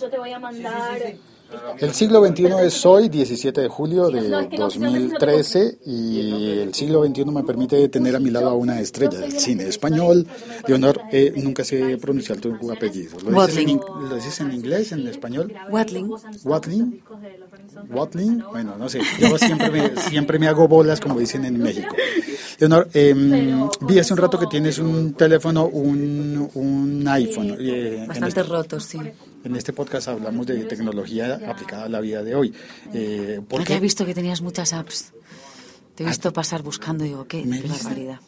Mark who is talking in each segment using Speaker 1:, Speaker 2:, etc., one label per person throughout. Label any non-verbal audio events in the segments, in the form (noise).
Speaker 1: yo te voy a mandar. este
Speaker 2: El siglo XXI es hoy, 17 de julio de 2013, y el siglo XXI me permite tener a mi lado a una estrella del cine español de honor. eh, nunca sé pronunciar tu apellido. ¿Lo dices, en,
Speaker 3: Watling.
Speaker 2: in- ¿Lo dices en inglés, en español?
Speaker 3: Watling.
Speaker 2: Watling. Watling. Bueno, no sé. Yo siempre me, siempre me hago bolas, como dicen en México. Leonor, em, vi hace un rato que tienes un teléfono, un, un iPhone. eh, en
Speaker 3: Bastante roto, sí.
Speaker 2: en este podcast hablamos de tecnología aplicada a la vida de hoy. Eh, ¿Por
Speaker 3: Porque he
Speaker 2: qué?
Speaker 3: visto que tenías muchas apps. Te he visto pasar buscando y digo, qué,
Speaker 2: ¿Me
Speaker 3: qué
Speaker 2: viste?
Speaker 3: barbaridad.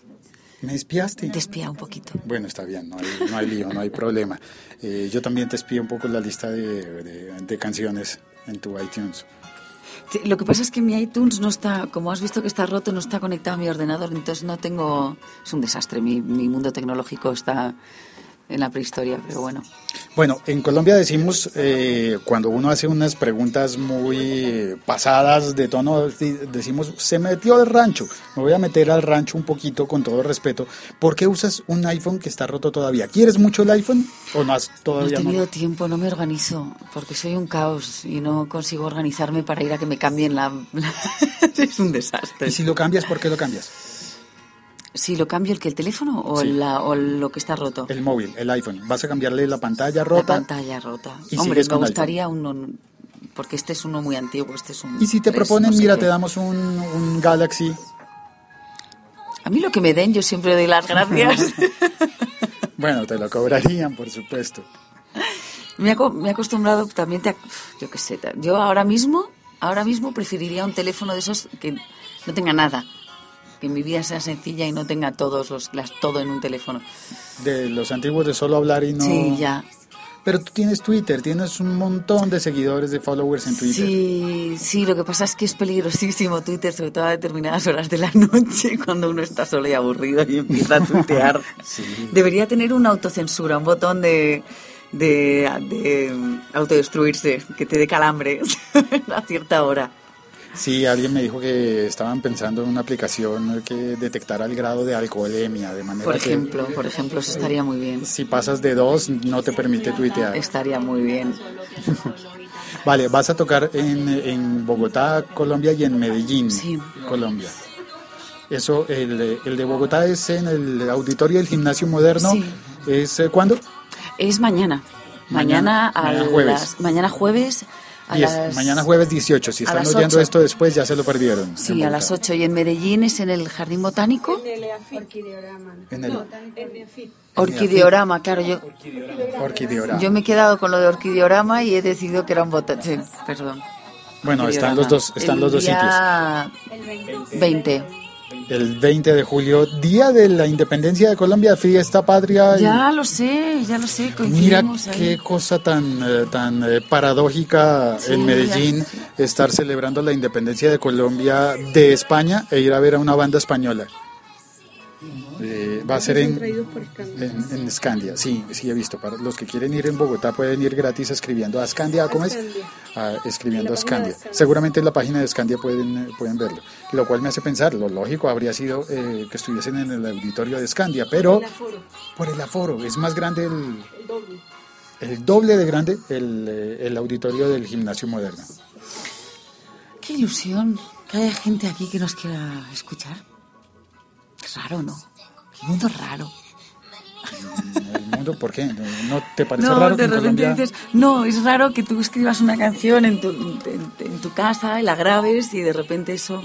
Speaker 2: ¿Me espiaste?
Speaker 3: Te espía un poquito.
Speaker 2: Bueno, está bien, no hay, no hay lío, no hay problema. Eh, yo también te espío un poco la lista de, de- de canciones en tu iTunes.
Speaker 3: Sí, Lo que pasa es que mi iTunes no está, como has visto que está roto, no está conectado a mi ordenador, entonces no tengo... Es un desastre, mi, mi mundo tecnológico está en la prehistoria, pero bueno.
Speaker 2: Bueno, en Colombia decimos, eh, cuando uno hace unas preguntas muy eh, pasadas de tono, di- decimos, se metió al rancho. Me voy a meter al rancho un poquito, con todo respeto. ¿Por qué usas un iPhone que está roto todavía? ¿Quieres mucho el iPhone o no has
Speaker 3: No he
Speaker 2: todavía? no?
Speaker 3: tenido tiempo, no me organizo, porque soy un caos y no consigo organizarme para ir a que me cambien la... (laughs) es un desastre.
Speaker 2: Y si lo cambias, ¿por qué lo cambias?
Speaker 3: Si lo cambio el que el teléfono o,
Speaker 2: Sí.
Speaker 3: la- o lo que está roto.
Speaker 2: El móvil, el iPhone. Vas a cambiarle la pantalla rota.
Speaker 3: La pantalla rota.
Speaker 2: Y
Speaker 3: Hombre,
Speaker 2: sigues
Speaker 3: me
Speaker 2: con
Speaker 3: gustaría uno, porque este es uno muy antiguo, este es un...
Speaker 2: Y si te
Speaker 3: tres,
Speaker 2: proponen,
Speaker 3: no sé
Speaker 2: mira,
Speaker 3: qué.
Speaker 2: te damos un, un Galaxy. (laughs)
Speaker 3: A mí lo que me den, yo siempre doy las gracias.
Speaker 2: (laughs) Bueno, te lo cobrarían, por supuesto.
Speaker 3: (laughs) me, he aco- me he acostumbrado también, te ac- yo qué sé, te- yo ahora mismo, ahora mismo preferiría un teléfono de esos que no tenga nada. Que mi vida sea sencilla y no tenga todos los, las, todo en un teléfono.
Speaker 2: De los antiguos de solo hablar y no.
Speaker 3: Sí, ya.
Speaker 2: Pero tú tienes Twitter, tienes un montón de seguidores, de followers en Twitter.
Speaker 3: Sí, sí, lo que pasa es que es peligrosísimo Twitter, sobre todo a determinadas horas de la (laughs) noche, cuando uno está solo y aburrido
Speaker 2: (laughs)
Speaker 3: y empieza a tuitear. Debería tener una autocensura, un botón de, de, de autodestruirse, que te dé calambre (laughs) a cierta hora.
Speaker 2: Sí, alguien me dijo que estaban pensando en una aplicación que detectara el grado de alcoholemia, de manera
Speaker 3: Por
Speaker 2: que
Speaker 3: ejemplo, por ejemplo, eso estaría muy bien.
Speaker 2: si pasas de dos no te permite tuitear.
Speaker 3: Estaría muy bien.
Speaker 2: Vale, vas a tocar en, en Bogotá, Colombia y en Medellín,
Speaker 3: Sí.
Speaker 2: Colombia. Eso, el, eh, el de Bogotá es en el auditorio del gimnasio moderno.
Speaker 3: Sí.
Speaker 2: ¿Es eh, cuándo?
Speaker 3: Es mañana.
Speaker 2: Mañana-
Speaker 3: Mañana, a
Speaker 2: mañana jueves.
Speaker 3: las- mañana jueves. A
Speaker 2: Diez,
Speaker 3: las-
Speaker 2: Mañana jueves 18. Si
Speaker 3: a
Speaker 2: están
Speaker 3: las
Speaker 2: oyendo
Speaker 3: ocho.
Speaker 2: esto después ya se lo perdieron. en
Speaker 3: Sí, a
Speaker 2: Bogotá.
Speaker 3: las 8 y en Medellín es en el Jardín Botánico.
Speaker 2: En el
Speaker 3: Orquideorama, claro, yo,
Speaker 2: Orquideorama.
Speaker 3: yo me he quedado con lo de orquideorama y he decidido que era un botón. sí, perdón.
Speaker 2: Bueno, están los dos, están los dos sitios.
Speaker 3: sitios. 20.
Speaker 2: El 20 de julio, día de la independencia de Colombia, fiesta patria. y-
Speaker 3: Ya lo sé, ya lo sé,
Speaker 2: Mira
Speaker 3: coincidimos ahí.
Speaker 2: qué cosa tan, eh, tan eh, paradójica
Speaker 3: Sí,
Speaker 2: en Medellín estar celebrando la independencia de Colombia de España e ir a ver a una banda española. Eh, va a ser en, en, en Scandia, sí, sí he visto. Para los que quieren ir en Bogotá pueden ir gratis escribiendo a Scandia, ¿cómo es? Ah, escribiendo a Scandia. Seguramente en la página de Scandia pueden, eh, pueden verlo. Lo cual me hace pensar, lo lógico habría sido eh, que estuviesen en el auditorio de Scandia, pero por el aforo, es más grande el, el doble de grande el, eh, el auditorio del gimnasio moderno.
Speaker 3: Qué ilusión que haya gente aquí que nos quiera escuchar. Es raro, ¿no? El mundo es raro.
Speaker 2: El mundo, ¿por qué? ¿No, no te parece
Speaker 3: No,
Speaker 2: raro que
Speaker 3: de
Speaker 2: en
Speaker 3: repente
Speaker 2: Colombia...
Speaker 3: dices, no, es raro que tú escribas una canción en tu, en- en tu casa y la grabes y de repente eso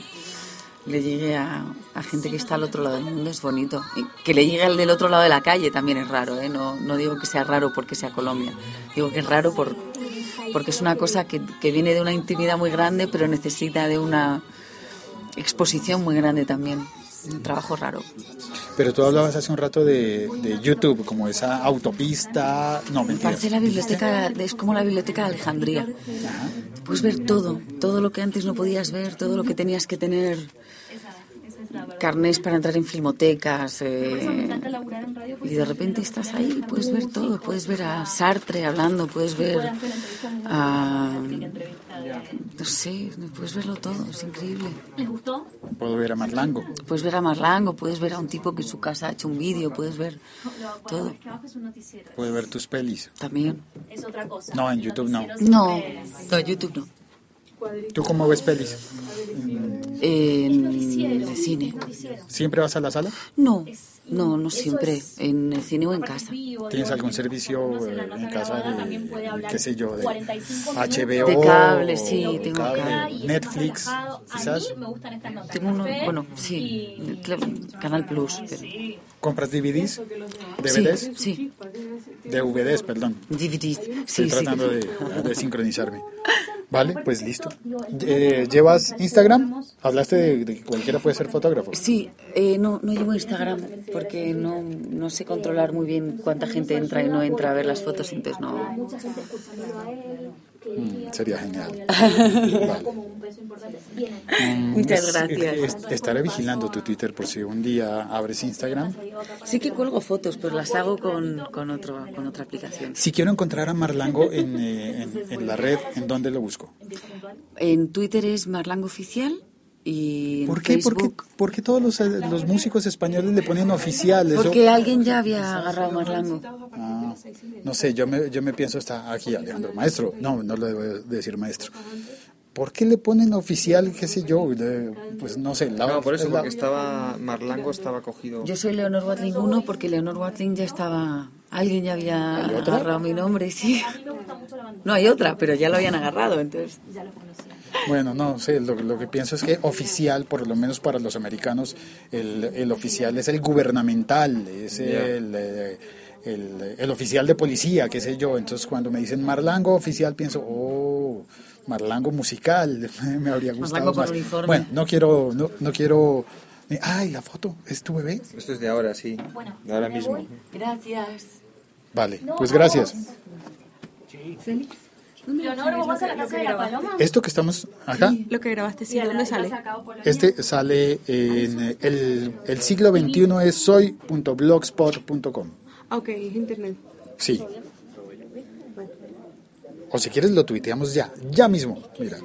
Speaker 3: le llegue a, a gente que está al otro lado del mundo, es bonito. Y que le llegue al del otro lado de la calle también es raro, ¿eh? no, no digo que sea raro porque sea Colombia, digo que es raro por, porque es una cosa que, que viene de una intimidad muy grande pero necesita de una exposición muy grande también, un trabajo raro.
Speaker 2: Pero tú hablabas hace un rato de, de YouTube, como esa autopista... No,
Speaker 3: Me
Speaker 2: mentira.
Speaker 3: parece la biblioteca, es como la biblioteca de Alejandría. Puedes ver todo, todo lo que antes no podías ver, todo lo que tenías que tener carnés para entrar en filmotecas eh, y
Speaker 1: pues
Speaker 3: de repente estás ahí y puedes ver todo, puedes ver a Sartre hablando, puedes ver a... No sé, puedes verlo todo, es increíble.
Speaker 1: ¿Les gustó?
Speaker 2: Puedo ver a Marlango.
Speaker 3: Puedes ver a Marlango, puedes ver a un tipo que en su casa ha hecho un vídeo, puedes ver todo.
Speaker 2: Puedes ver tus pelis.
Speaker 3: También.
Speaker 1: Es otra cosa.
Speaker 2: Pues, No, en YouTube no.
Speaker 3: No, no, YouTube no.
Speaker 2: ¿Tú cómo ves pelis?
Speaker 3: En el Mm, cine.
Speaker 2: ¿Siempre vas a la sala?
Speaker 3: No, no, no siempre. En el cine o en casa.
Speaker 2: ¿Tienes algún servicio eh, en casa de, eh, qué sé yo, de HBO?
Speaker 3: De cable, sí,
Speaker 2: o de
Speaker 3: tengo
Speaker 2: cable,
Speaker 3: cable.
Speaker 2: Netflix, quizás.
Speaker 3: Tengo uno, bueno, sí, de- claro, Canal Plus. pero-
Speaker 2: ¿Compras DVDs? ¿DVDs?
Speaker 3: Sí, sí,
Speaker 2: DVDs, perdón.
Speaker 3: DVDs. Sí,
Speaker 2: Estoy
Speaker 3: sí.
Speaker 2: tratando de, de
Speaker 3: (laughs)
Speaker 2: sincronizarme. Vale, pues listo. Eh, ¿Llevas Instagram? Hablaste de, de que cualquiera puede ser fotógrafo.
Speaker 3: Sí, eh, no, no llevo Instagram porque no, no sé controlar muy bien cuánta gente entra y no entra a ver las fotos, entonces no.
Speaker 1: Mucha gente escuchando a él.
Speaker 2: Mm, sería genial.
Speaker 1: Era
Speaker 2: (laughs) Vale.
Speaker 1: como un peso importante. Bien,
Speaker 2: Mm,
Speaker 3: Muchas
Speaker 2: es-
Speaker 3: gracias.
Speaker 2: es- estaré vigilando tu Twitter por si un día abres Instagram.
Speaker 3: Sí que cuelgo fotos, pero las hago con, con, otro, con otra aplicación.
Speaker 2: Si quiero encontrar a Marlango en, eh, en- en la red, ¿en dónde lo busco?
Speaker 3: En Twitter es Marlango Oficial y en
Speaker 2: ¿Por qué? ¿Por qué,
Speaker 3: Facebook...
Speaker 2: por qué todos los, eh, los músicos españoles le ponen oficiales?
Speaker 3: Porque alguien ya había agarrado Marlango.
Speaker 2: No sé, yo me, yo me pienso, está aquí Alejandro Maestro. No, no lo debo decir maestro. ¿Por qué le ponen oficial, qué sé yo? De- pues no sé. la-
Speaker 4: No, Ah, por eso,
Speaker 2: la-
Speaker 4: porque estaba. Marlango estaba cogido.
Speaker 3: Yo soy Leonor Watling 1 porque Leonor Watling ya estaba... Alguien ya había
Speaker 2: ¿Hay otra?
Speaker 3: agarrado mi nombre, sí. No hay otra, pero ya lo habían agarrado, entonces...
Speaker 2: Bueno, no sé, lo, lo que pienso es que oficial, por lo menos para los americanos, el, el oficial es el gubernamental, es
Speaker 4: Ya.
Speaker 2: el, eh, el, el oficial de policía, qué sé yo. Entonces cuando me dicen Marlango oficial, pienso, oh, Marlango musical, (laughs) me habría gustado
Speaker 3: Marlango con
Speaker 2: más.
Speaker 3: uniforme.
Speaker 2: Bueno, no quiero, no, no quiero... Ay, la foto, ¿es tu bebé?
Speaker 4: Esto es de ahora, sí. De ahora mismo.
Speaker 3: Gracias.
Speaker 2: Vale, pues gracias.
Speaker 1: Leonor, ¿vos vas a la casa de la paloma?
Speaker 2: Esto que estamos acá,
Speaker 5: Lo que grabaste, sí, ¿dónde sale?
Speaker 2: este sale en eh, el, el siglo XXI es soy.blogspot.com.
Speaker 5: Ah, ok, es internet.
Speaker 2: Sí. O si quieres lo tuiteamos ya, ya mismo. Mira.